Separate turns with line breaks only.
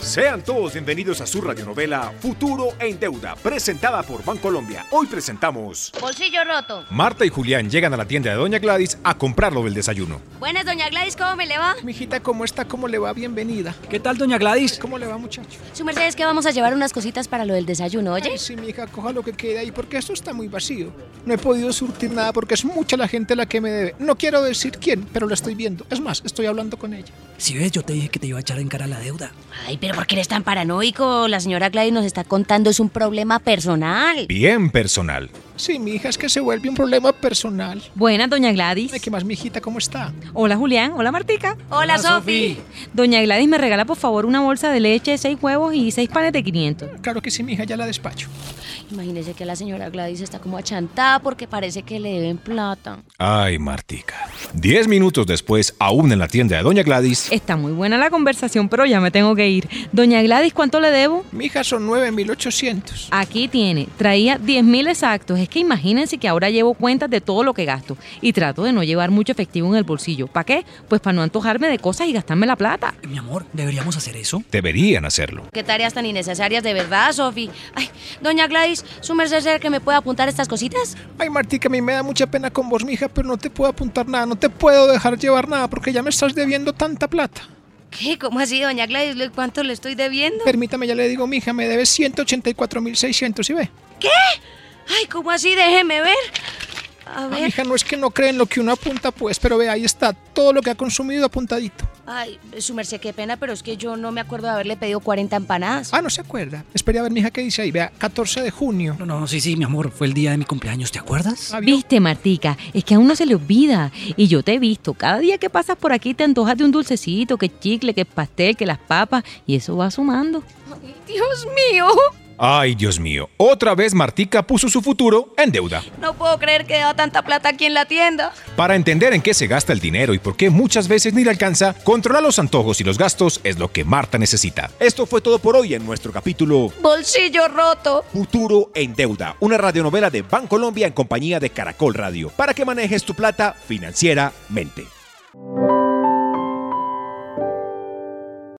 Sean todos bienvenidos a su radionovela Futuro en Deuda, presentada por Bancolombia. Hoy presentamos.
Bolsillo roto.
Marta y Julián llegan a la tienda de Doña Gladys a comprarlo del desayuno.
Buenas, doña Gladys, ¿cómo me le va?
Mijita, ¿cómo está? ¿Cómo le va? Bienvenida.
¿Qué tal, doña Gladys?
¿Cómo le va, muchacho?
Su merced es que vamos a llevar unas cositas para lo del desayuno, oye.
Ay, sí, mija, coja lo que quede ahí porque esto está muy vacío. No he podido surtir nada porque es mucha la gente la que me debe. No quiero decir quién, pero la estoy viendo. Es más, estoy hablando con ella.
Si ves, yo te dije que te iba a echar en cara la deuda.
Ay, pero ¿por qué eres tan paranoico? La señora Gladys nos está contando, es un problema personal.
Bien personal.
Sí, mija, es que se vuelve un problema personal.
Buenas, doña Gladys.
Ay, ¿Qué más, mijita? ¿Cómo está?
Hola, Julián. Hola, Martica.
Hola, Sofi.
Doña Gladys, ¿me regala por favor una bolsa de leche, seis huevos y seis panes de 500?
Claro que sí, mija, ya la despacho.
Imagínese que la señora Gladys está como achantada porque parece que le deben plata.
Ay, Martica. Diez minutos después, aún en la tienda de Doña Gladys.
Está muy buena la conversación, pero ya me tengo que ir. Doña Gladys, ¿cuánto le debo?
Mija, son 9,800.
Aquí tiene. Traía 10 mil exactos. Es que imagínense que ahora llevo cuentas de todo lo que gasto y trato de no llevar mucho efectivo en el bolsillo. ¿Para qué? Pues para no antojarme de cosas y gastarme la plata.
Mi amor, ¿deberíamos hacer eso?
Deberían hacerlo.
Qué tareas tan innecesarias de verdad, Sofi. Ay, doña Gladys, ¿su merced será que me puede apuntar estas cositas?
Ay, Martica, a mí me da mucha pena con vos, mija, pero no te puedo apuntar nada, no te puedo dejar llevar nada porque ya me estás debiendo tanta plata.
¿Qué? ¿Cómo así, doña Gladys? ¿Lo- ¿Cuánto le estoy debiendo?
Permítame, ya le digo, mija, me debes 184,600, ¿sí ve?
¿Qué? Ay, ¿cómo así? Déjeme ver. A
Ah,
ver.
mija, no es que no creen lo que uno apunta, pues, pero ve, ahí está todo lo que ha consumido apuntadito.
Ay, su merced, qué pena, pero es que yo no me acuerdo de haberle pedido 40 empanadas.
Ah, no se acuerda. Espera a ver, mija, qué dice ahí. Vea, 14 de junio.
No, no, sí, sí, mi amor, fue el día de mi cumpleaños, ¿te acuerdas?
Ah, ¿vio?
Viste, Martica, es que a uno se le olvida. Y yo te he visto. Cada día que pasas por aquí te antojas de un dulcecito, que chicle, que pastel, que las papas. Y eso va sumando.
Ay, Dios mío.
Ay, Dios mío. Otra vez Martica puso su futuro en deuda.
No puedo creer que da tanta plata aquí en la tienda.
Para entender en qué se gasta el dinero y por qué muchas veces ni le alcanza, controlar los antojos y los gastos es lo que Marta necesita. Esto fue todo por hoy en nuestro capítulo
Bolsillo roto.
Futuro en Deuda, una radionovela de Bancolombia en compañía de Caracol Radio, para que manejes tu plata financieramente.